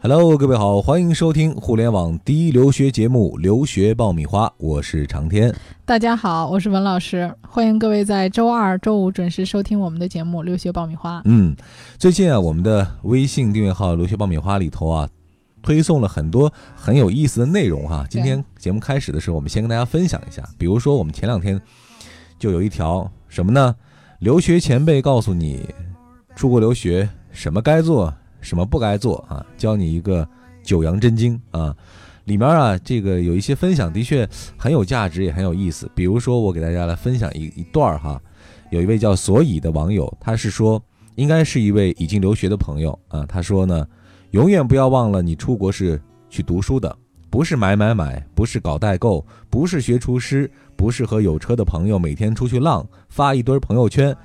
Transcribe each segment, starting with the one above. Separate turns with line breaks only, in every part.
Hello，各位好，欢迎收听互联网第一留学节目《留学爆米花》，我是长天。
大家好，我是文老师，欢迎各位在周二、周五准时收听我们的节目《留学爆米花》。
嗯，最近啊，我们的微信订阅号“留学爆米花”里头啊，推送了很多很有意思的内容哈、今天节目开始的时候，我们先跟大家分享一下，比如说我们前两天就有一条什么呢？留学前辈告诉你，出国留学什么该做，什么不该做啊，教你一个九阳真经啊。里面啊，这个有一些分享的确很有价值，也很有意思。比如说，我给大家来分享一一段儿哈，有一位叫所以的网友，他是说，应该是一位已经留学的朋友啊。他说呢，永远不要忘了你出国是去读书的，不是买买买，不是搞代购，不是学厨师，不是和有车的朋友每天出去浪，发一堆朋友圈。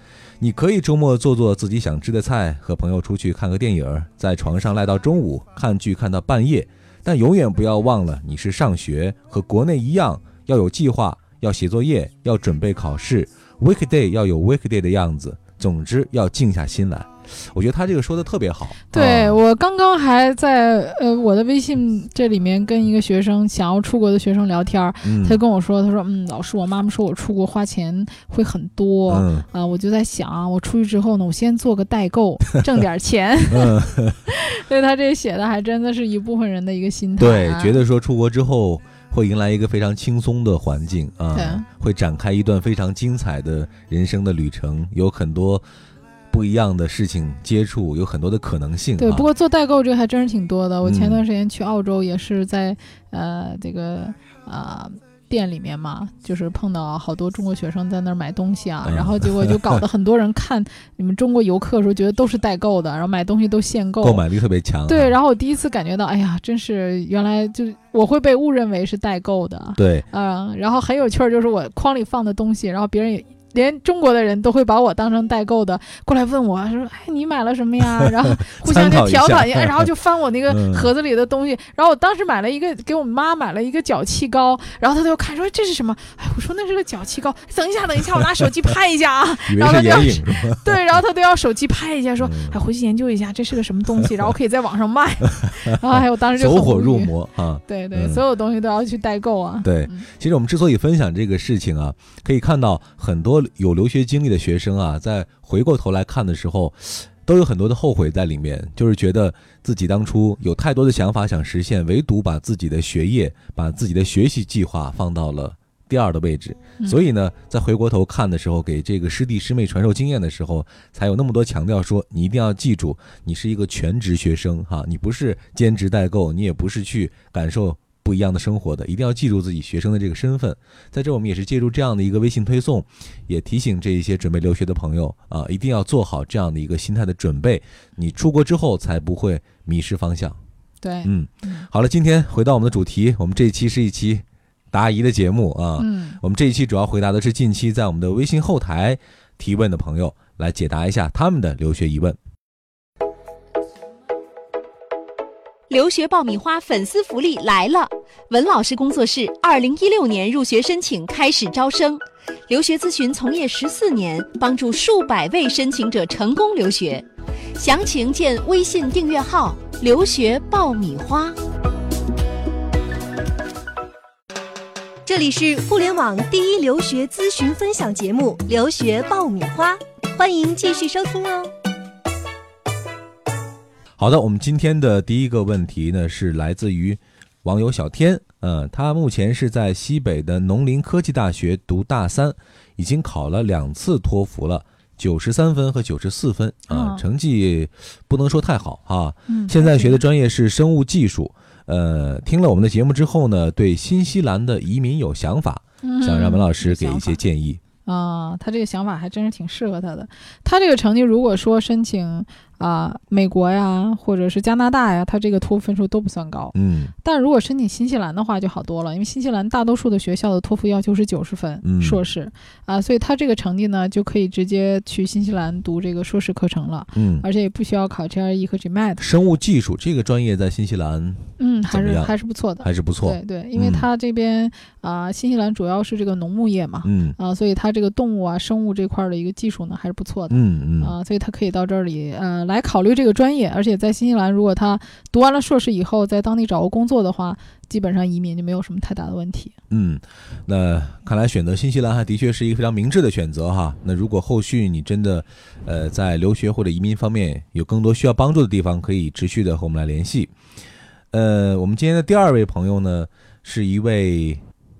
你可以周末做做自己想吃的菜，和朋友出去看个电影儿，在床上赖到中午，看剧看到半夜。但永远不要忘了，你是上学，和国内一样，要有计划，要写作业，要准备考试。Weekday 要有 Weekday 的样子，总之要静下心来。我觉得他这个说的特别好。
对、
啊
我刚刚还在呃我的微信这里面跟一个学生想要出国的学生聊天儿，
嗯
他就跟我说，他说嗯，老师，我妈妈说我出国花钱会很多。啊、
嗯
我就在想，啊我出去之后呢，我先做个代购，挣点钱。
嗯，
所以他这写的还真的是一部分人的一个心态、
对
啊。，
觉得说出国之后会迎来一个非常轻松的环境
对
啊，会展开一段非常精彩的人生的旅程，有很多不一样的事情接触，有很多的可能性、啊。
对，不过做代购这个还真是挺多的。我
嗯
前段时间去澳洲也是在、呃这个呃店里面嘛，就是碰到好多中国学生在那儿买东西啊，
嗯
然后结果就搞得很多人看你们中国游客的时候觉得都是代购的，然后买东西都限购。
购买力特别强啊、
对，然后我第一次感觉到，哎呀，真是原来就是我会被误认为是代购的。
对
嗯，然后很有趣儿，就是我筐里放的东西，然后别人也连中国的人都会把我当成代购的过来问我，说：“哎，你买了什么呀？” 然后互相就调侃一下，然后就翻我那个
嗯
盒子里的东西。然后我当时买了一个给我妈买了一个脚气膏，然后她就看说这是什么？哎，我说那是个脚气膏。等一下，等一下，我拿手机拍一下 啊。
以为
然后
是
他就
眼影是吧？
对，然后她都要手机拍一下，说
嗯：“
哎，回去研究一下这是个什么东西，然后可以在网 上卖。”哎，我当时就
走
很
火
无
入
语。
魔啊！
对对，
嗯
所有东西都要去代购啊。
对
嗯，
其实我们之所以分享这个事情啊，可以看到很多有留学经历的学生啊，在回过头来看的时候，都有很多的后悔在里面，就是觉得自己当初有太多的想法想实现，唯独把自己的学业、把自己的学习计划放到了第二的位置。
嗯
所以呢，在回过头看的时候，给这个师弟师妹传授经验的时候，才有那么多强调说，你一定要记住，你是一个全职学生哈，你不是兼职代购，你也不是去感受不一样的生活的，一定要记住自己学生的这个身份。在这，我们也是借助这样的一个微信推送，也提醒这一些准备留学的朋友啊，一定要做好这样的一个心态的准备，你出国之后才不会迷失方向。
对，
嗯
嗯，
好了，今天回到我们的主题，我们这一期是一期答疑的节目啊。
嗯。
我们这一期主要回答的是近期在我们的微信后台提问的朋友，来解答一下他们的留学疑问。
留学爆米花粉丝福利来了！文老师工作室二零一六年入学申请开始招生，留学咨询从业十四年，帮助数百位申请者成功留学。详情见微信订阅号“留学爆米花”。
这里是互联网第一留学咨询分享节目《留学爆米花》，欢迎继续收听哦。
好的，我们今天的第一个问题呢是来自于网友小天，嗯，他目前是在西北的农林科技大学读大三，已经考了两次托福了。九十三分和九十四分啊、
哦
成绩不能说太好啊。
嗯
现在学的
还
专业是生物技术，呃，听了我们的节目之后呢，对新西兰的移民有想法，
挺
想让文老师
有
给一
想
些
法
建议。
嗯啊、他这个想法还真是挺适合他的。他这个成绩，如果说申请啊、美国呀，或者是加拿大呀，他这个托福分数都不算高。
嗯
但如果申请新西兰的话，就好多了，因为新西兰大多数的学校的托福要求是九十分、
嗯
硕士啊、所以他这个成绩呢，就可以直接去新西兰读这个硕士课程了，
嗯，
而且也不需要考 GRE 和 GMAT。
生物技术这个专业在新西兰
嗯，还
怎么
是
样
还是不错的，
还是不错。
对对，因为
嗯
他这边啊、新西兰主要是这个农牧业嘛，
嗯
啊，所以它这个动物啊、生物这块儿的一个技术呢还是不错的。
嗯嗯
啊，所以它可以到这里呃来考虑这个专业，而且在新西兰，如果他读完了硕士以后，在当地找个工作的话，基本上移民就没有什么太大的问题。
嗯，那看来选择新西兰还的确是一个非常明智的选择哈。那如果后续你真的，呃，在留学或者移民方面有更多需要帮助的地方，可以持续的和我们来联系。呃，我们今天的第二位朋友呢，是一位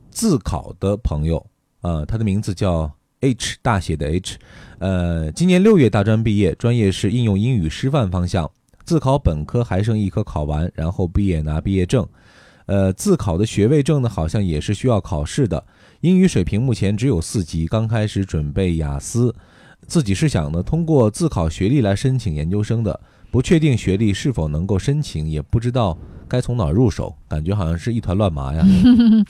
自考的朋友，呃，他的名字叫 H 大写的 H，呃，今年六月大专毕业，专业是应用英语师范方向，自考本科还剩一科考完，然后毕业拿毕业证。呃，自考的学位证呢，好像也是需要考试的。英语水平目前只有四级，刚开始准备雅思。自己是想呢，通过自考学历来申请研究生的，不确定学历是否能够申请，也不知道该从哪儿入手，感觉好像是一团乱麻呀。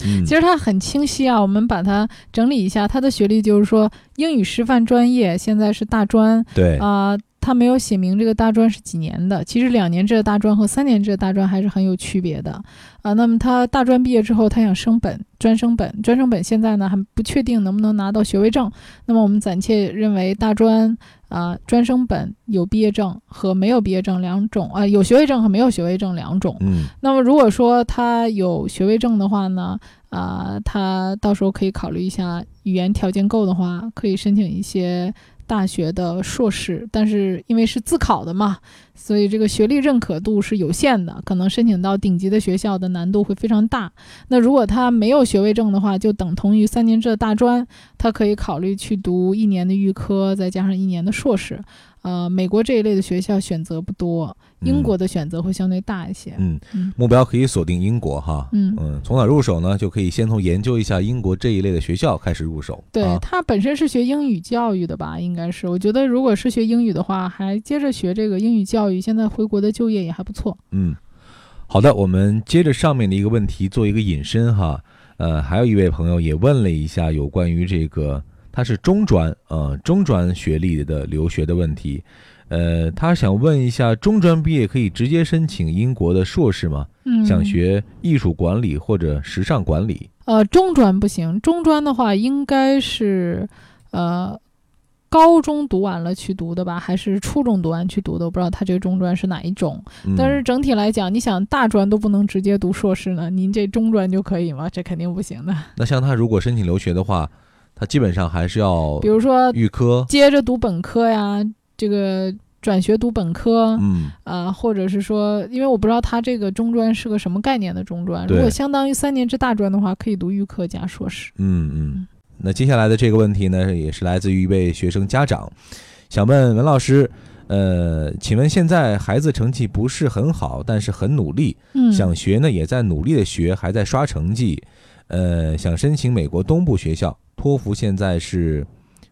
嗯
其实它很清晰啊，我们把它整理一下，它的学历就是说英语师范专业现在是大专
对，
啊、它没有写明这个大专是几年的。其实两年制的大专和三年制的大专还是很有区别的啊、那么他大专毕业之后，他想升本，专升本，专升本现在呢还不确定能不能拿到学位证。那么我们暂且认为大专啊、专升本有毕业证和没有毕业证两种啊、有学位证和没有学位证两种。
嗯，
那么如果说他有学位证的话呢，啊、他到时候可以考虑一下，语言条件够的话，可以申请一些大学的硕士，但是因为是自考的嘛，所以这个学历认可度是有限的，可能申请到顶级的学校的难度会非常大。那如果他没有学位证的话，就等同于三年制的大专，他可以考虑去读一年的预科，再加上一年的硕士。呃，美国这一类的学校选择不多，英国的选择会相对大一些。
嗯
嗯，
目标可以锁定英国哈。
嗯
从哪儿入手呢？就可以先从研究一下英国这一类的学校开始入手。
对、
啊、
他本身是学英语教育的吧，应该是。我觉得如果是学英语的话，还接着学这个英语教育，现在回国的就业也还不错。
嗯，好的，我们接着上面的一个问题做一个引申哈。呃，还有一位朋友也问了一下有关于这个他是中专呃中专学历的留学的问题，呃，他想问一下中专毕业可以直接申请英国的硕士吗？
嗯，
想学艺术管理或者时尚管理？
呃中专不行，中专的话应该是呃高中读完了去读的吧，还是初中读完去读的？我不知道他这个中专是哪一种。
嗯、
但是整体来讲，你想大专都不能直接读硕士呢，您这中专就可以吗？这肯定不行的。
那像他如果申请留学的话，他基本上还是要
比如说
预科，
接着读本科呀，这个转学读本科，
嗯
啊，或者是说，因为我不知道他这个中专是个什么概念的中专，如
对
果相当于三年制大专的话，可以读预科加硕士。
嗯嗯。那接下来的这个问题呢，也是来自于一位学生家长，想问文老师，呃，请问现在孩子成绩不是很好，但是很努力，
嗯，
想学呢也在努力的学，还在刷成绩，呃，想申请美国东部学校，托福现在是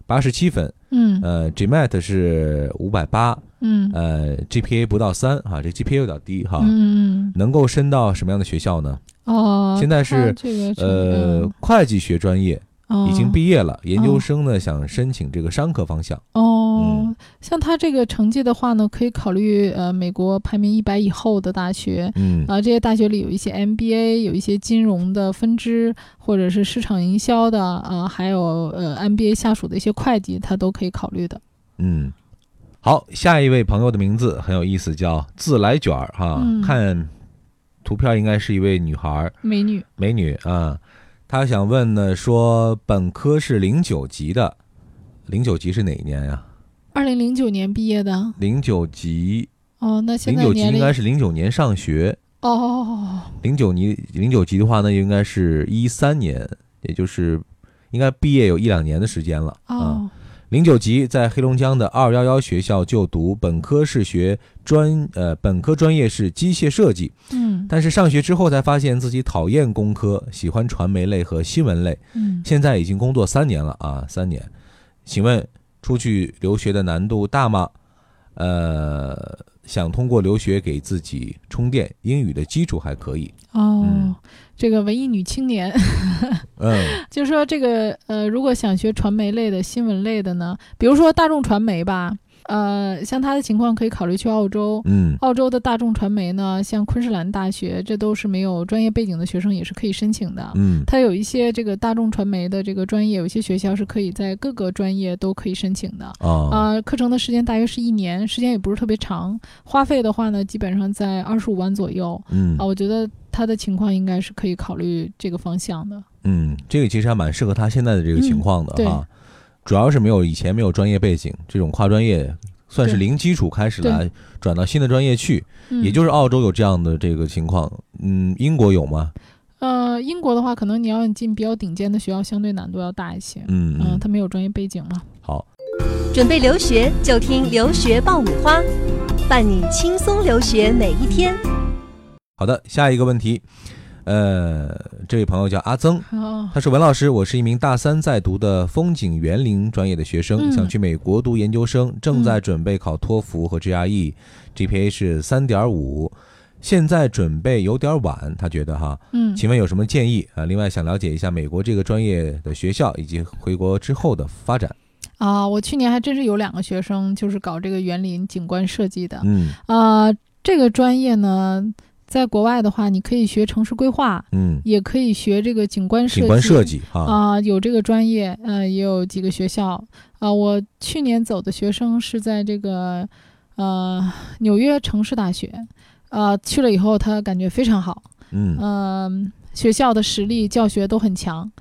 八十七分，
嗯
呃，GMAT 是五百八，
嗯
呃
嗯
，GPA 不到三啊，这 GPA 有点低哈。
嗯
能够升到什么样的学校呢？
嗯哦，
现在是
他这个嗯是
呃，会计学专业已经毕业了，研究
哦
生呢想申请这个商科方向。
哦，
嗯
像他这个成绩的话呢，可以考虑呃美国排名一百以后的大学。
嗯
啊，这些大学里有一些 MBA，有一些金融的分支，或者是市场营销的啊、还有呃 MBA 下属的一些会计，他都可以考虑的。
嗯，好，下一位朋友的名字很有意思，叫自来卷儿哈。
嗯
看图片应该是一位女孩儿，
美女，
美女啊。她想问呢，说本科是零九级的，零九级是哪一年呀、
二零零九年毕业的
零九级，
哦，那现
零
在
九级
年
应
龄
该
哦
是零九年上学。
哦
零九年零九级的话，那应该是一三年，也就是应该毕业有一两年的时间了
哦
啊。
哦
零九级在黑龙江的二幺幺学校就读，本科是学专呃本科专业是机械设计，
嗯
但是上学之后才发现自己讨厌工科，喜欢传媒类和新闻类，
嗯
现在已经工作三年了啊，三年。请问出去留学的难度大吗？呃，想通过留学给自己充电，英语的基础还可以。
哦，
嗯
这个文艺女青年，
嗯，
就是说这个呃，如果想学传媒类的、新闻类的呢，比如说大众传媒吧。呃，像他的情况可以考虑去澳洲。
嗯
澳洲的大众传媒呢，像昆士兰大学，这都是没有专业背景的学生也是可以申请的。
嗯
它有一些这个大众传媒的这个专业，有一些学校是可以在各个专业都可以申请的。
啊
啊、课程的时间大约是一年，时间也不是特别长，花费的话呢，基本上在二十五万左右。
嗯
啊，我觉得他的情况应该是可以考虑这个方向的。
嗯，这个其实还蛮适合他现在的这个情况的
嗯对
哈，主要是没有以前没有专业背景，这种跨专业算是
对
零基础开始
对
来转到新的专业去，
嗯、
也就是澳洲有这样的这个情况，嗯，英国有吗？
呃，英国的话，可能你要你进比较顶尖的学校，相对难度要大一些。
嗯
嗯，
嗯，
他没有专业背景嘛。
好，
准备留学就听留学爆米花，伴你轻松留学每一天。
好的，下一个问题，呃，这位朋友叫阿曾，
哦，
他说：“文老师，我是一名大三在读的风景园林专业的学生，
嗯
想去美国读研究生，正在准备考托福和 E GRE，GPA 是三点五，现在准备有点晚，他觉得哈，
嗯，
请问有什么建议啊？另外想了解一下美国这个专业的学校以及回国之后的发展。
啊，我去年还真是有两个学生，就是搞这个园林景观设计的。
嗯
啊，这个专业呢，在国外的话，你可以学城市规划，
嗯，
也可以学这个景观设计。
景观设计哈，
啊、有这个专业，呃，也有几个学校啊、我去年走的学生是在这个呃纽约城市大学，呃，去了以后他感觉非常好，
嗯
嗯，学校的实力、教学都很强。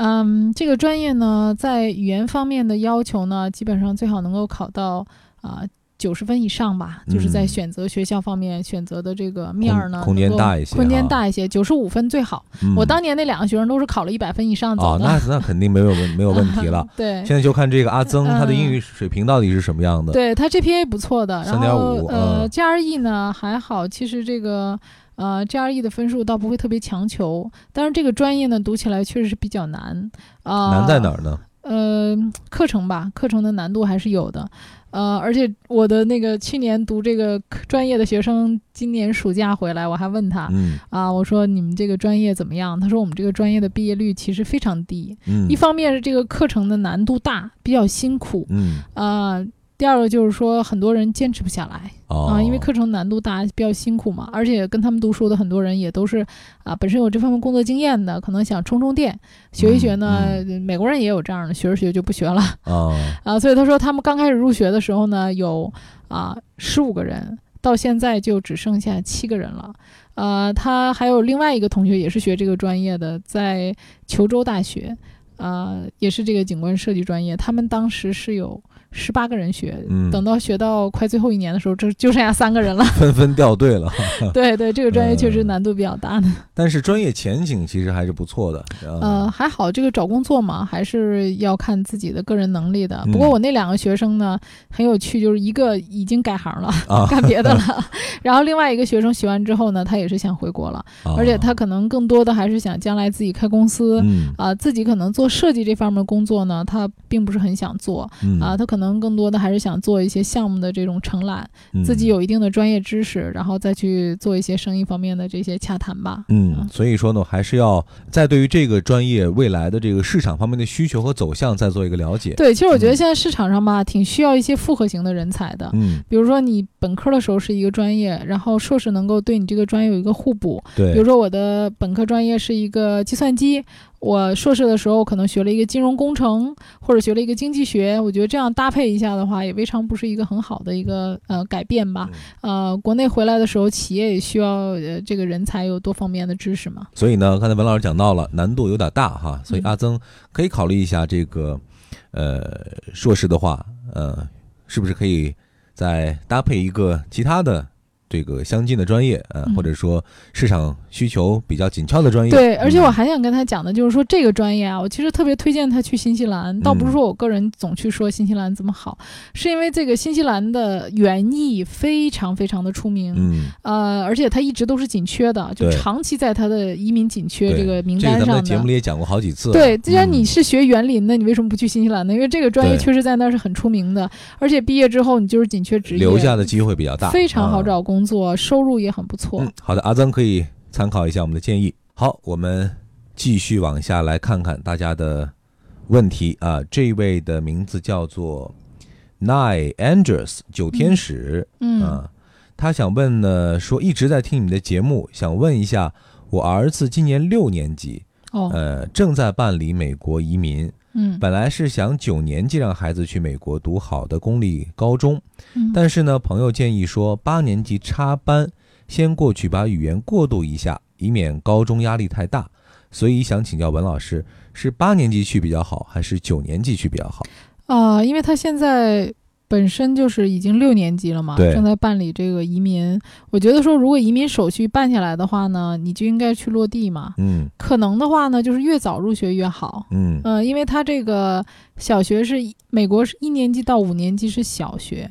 嗯，这个专业呢，在语言方面的要求呢，基本上最好能够考到啊九十分以上吧。就是在
嗯
选择学校方面选择的这个面儿呢，
空空
能
间
够
大一些
空
啊
间大一些，九十五分最好。
嗯，
我当年那两个学生都是考了一百分以上
哦
走，的，。
那那肯定没有问没有问题了
嗯对
现在就看这个阿曾他的英语水平到底是什么样的。
嗯对，他 GPA 不错的，然后
3.5
呃
嗯
，GRE 呢还好，其实这个呃 GRE 的分数倒不会特别强求，但是这个专业呢读起来确实是比较难啊。
难在哪？儿呢？
呃，课程吧，课程的难度还是有的。呃，而且我的那个去年读这个课专业的学生，今年暑假回来，我还问他、
嗯
啊，我说你们这个专业怎么样？他说我们这个专业的毕业率其实非常低，
嗯
一方面是这个课程的难度大，比较辛苦，
嗯
啊，第二个就是说，很多人坚持不下来
哦
啊、因为课程难度大，比较辛苦嘛。而且跟他们读书的很多人也都是啊、本身有这方面工作经验的，可能想充充电，学一学呢。美国人也有这样的，学着学就不学了
啊
啊。所以他说，他们刚开始入学的时候呢，有啊十五个人，到现在就只剩下七个人了。呃，他还有另外一个同学也是学这个专业的，在虬州大学，呃，也是这个景观设计专业。他们当时是有十八个人学，
嗯
等到学到快最后一年的时候，这就剩下三个人 了。
纷纷掉队 了。
对对，这个专业确实难度比较大呢。
但是专业前景其实还是不错的。
呃，还好这个找工作嘛，还是要看自己的个人能力的。
嗯
不过我那两个学生呢，很有趣，就是一个已经改行了，
啊
干别的了， 然后另外一个学生学完之后呢，他也是想回国了。
啊
而且他可能更多的还是想将来自己开公司。
嗯
啊，自己可能做设计这方面的工作呢，他并不是很想做
嗯
啊，他可能更多的还是想做一些项目的这种承揽，
嗯
自己有一定的专业知识，然后再去做一些生意方面的这些洽谈吧。
嗯，所以说呢，还是要在对于这个专业未来的这个市场方面的需求和走向再做一个了解。
对，其实我觉
嗯
得现在市场上吧，挺需要一些复合型的人才的。
嗯，
比如说你本科的时候是一个专业，然后硕士能够对你这个专业有一个互补，
对，
比如说我的本科专业是一个计算机，我硕士的时候可能学了一个金融工程，或者学了一个经济学，我觉得这样搭配一下的话，也未尝不是一个很好的一个呃改变吧。
嗯
呃，国内回来的时候，企业也需要呃这个人才有多方面的知识嘛。
所以呢，刚才文老师讲到了难度有点大哈，所以
嗯
阿曾可以考虑一下这个，呃，硕士的话，呃，是不是可以再搭配一个其他的这个相近的专业，呃，
嗯
或者说市场需求比较紧俏的专业？
对，而且我
嗯
还想跟他讲的就是说，这个专业啊，我其实特别推荐他去新西兰。倒
嗯
不是说我个人总去说新西兰怎么好，是因为这个新西兰的园艺非常非常的出名。
嗯，
呃，而且它一直都是紧缺的，就
对
长期在它的移民紧缺
对
这个名
这个
单
咱们在
上
节
的
目。里也讲过好几次了。
对，既然你
嗯
是学园林的，你为什么不去新西兰呢？因为这个专业
对
确实在那儿是很出名的，而且毕业之后你就是紧缺职业，
留下的机会比较大，
非常好
啊
找工作，收入也很不错。
嗯，好的，阿曾可以参考一下我们的建议。好，我们继续往下来看看大家的问题啊。这一位的名字叫做 Nine Angels 九天使，
嗯
啊，他想问呢，说一直在听你们的节目，想问一下，我儿子今年六年级，
哦
呃，正在办理美国移民，
嗯，
本来是想九年级让孩子去美国读好的公立高中，
嗯
但是呢，朋友建议说八年级插班先过去把语言过渡一下，以免高中压力太大。所以想请教文老师，是八年级去比较好，还是九年级去比较好？
啊，因为他现在本身就是已经六年级了嘛，
对
正在办理这个移民。我觉得说，如果移民手续办下来的话呢，你就应该去落地嘛。
嗯
可能的话呢，就是越早入学越好。
嗯
呃，因为他这个小学是一美国是一年级到五年级是小学，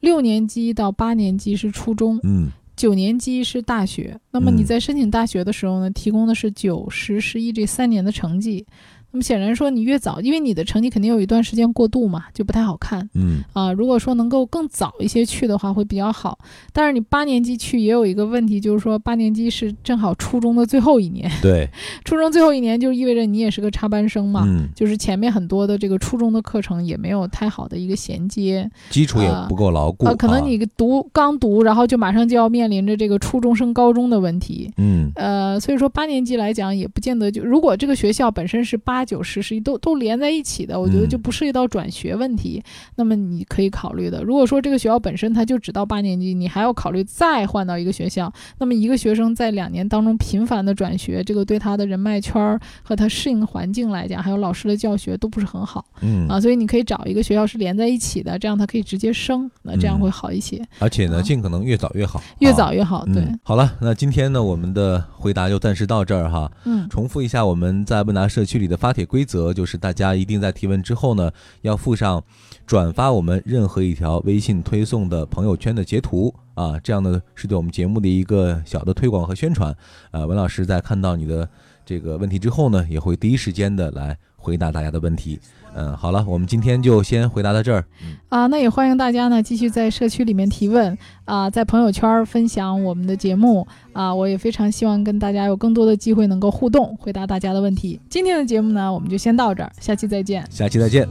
六年级到八年级是初中，
嗯
九年级是大学。那么你
嗯
在申请大学的时候呢，提供的是九、十、十一这三年的成绩。那么显然说，你越早，因为你的成绩肯定有一段时间过渡嘛，就不太好看
嗯
啊、如果说能够更早一些去的话，会比较好。但是你八年级去也有一个问题，就是说八年级是正好初中的最后一年，
对，
初中最后一年就意味着你也是个插班生嘛。
嗯，
就是前面很多的这个初中的课程也没有太好的一个衔接，
基础也不够牢固
啊，可能你读刚读，然后就马上就要面临着这个初中升高中的问题。
嗯
呃，所以说八年级来讲，也不见得就如果这个学校本身是八九十十一都都连在一起的，我觉得
嗯
就不涉及到转学问题，那么你可以考虑的。如果说这个学校本身它就只到八年级，你还要考虑再换到一个学校，那么一个学生在两年当中频繁的转学，这个对他的人脉圈儿和他适应环境来讲，还有老师的教学都不是很好。
嗯
啊，所以你可以找一个学校是连在一起的，这样它可以直接升，那这样
嗯
会好一些，
而且呢，
啊
尽可能越早越好，
越
啊
早越好。对，
嗯，好了，那今天呢，我们的回答就暂时到这儿哈。
嗯，
重复一下我们在问答社区里的发帖规则，就是大家一定在提问之后呢，要附上转发我们任何一条微信推送的朋友圈的截图啊，这样呢是对我们节目的一个小的推广和宣传。呃，文老师在看到你的这个问题之后呢，也会第一时间的来回答大家的问题。嗯，好了，我们今天就先回答到这儿。
啊，那也欢迎大家呢继续在社区里面提问啊，在朋友圈儿分享我们的节目啊，我也非常希望跟大家有更多的机会能够互动，回答大家的问题。今天的节目呢，我们就先到这儿，下期再见。
下期再见。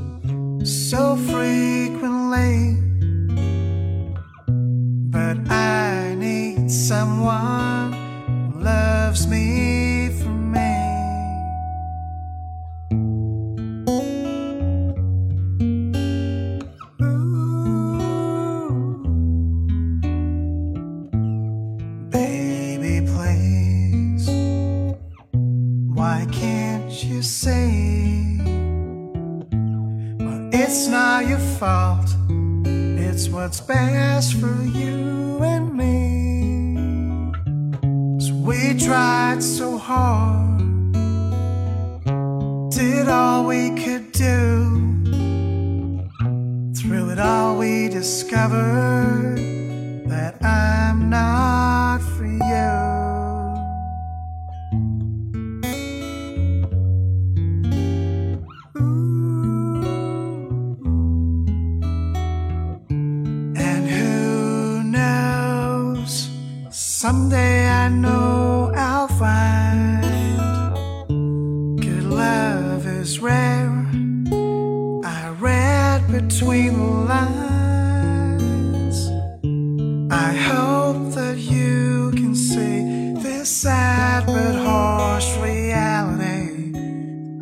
so frequently. But I need someone who loves me for me. Ooh. Baby, please, why can't you see? Well, it's not your fault. It's what's best for you and me. So we tried so hard, did all we could do. Through it all, we discovered that I'm not for you. And who knows? Someday I know I'll find good love is rare. I read between the lines. I hope that you can see this sad but harsh reality.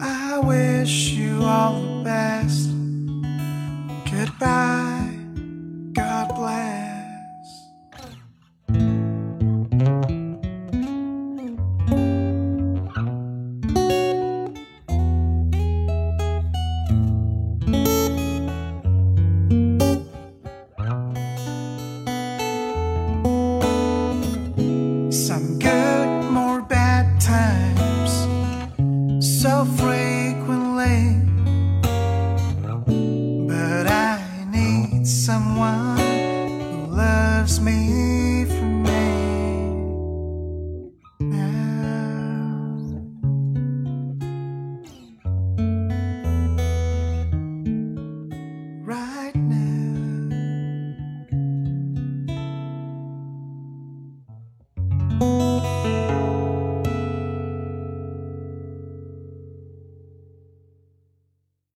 I wish you all the best. Goodbye.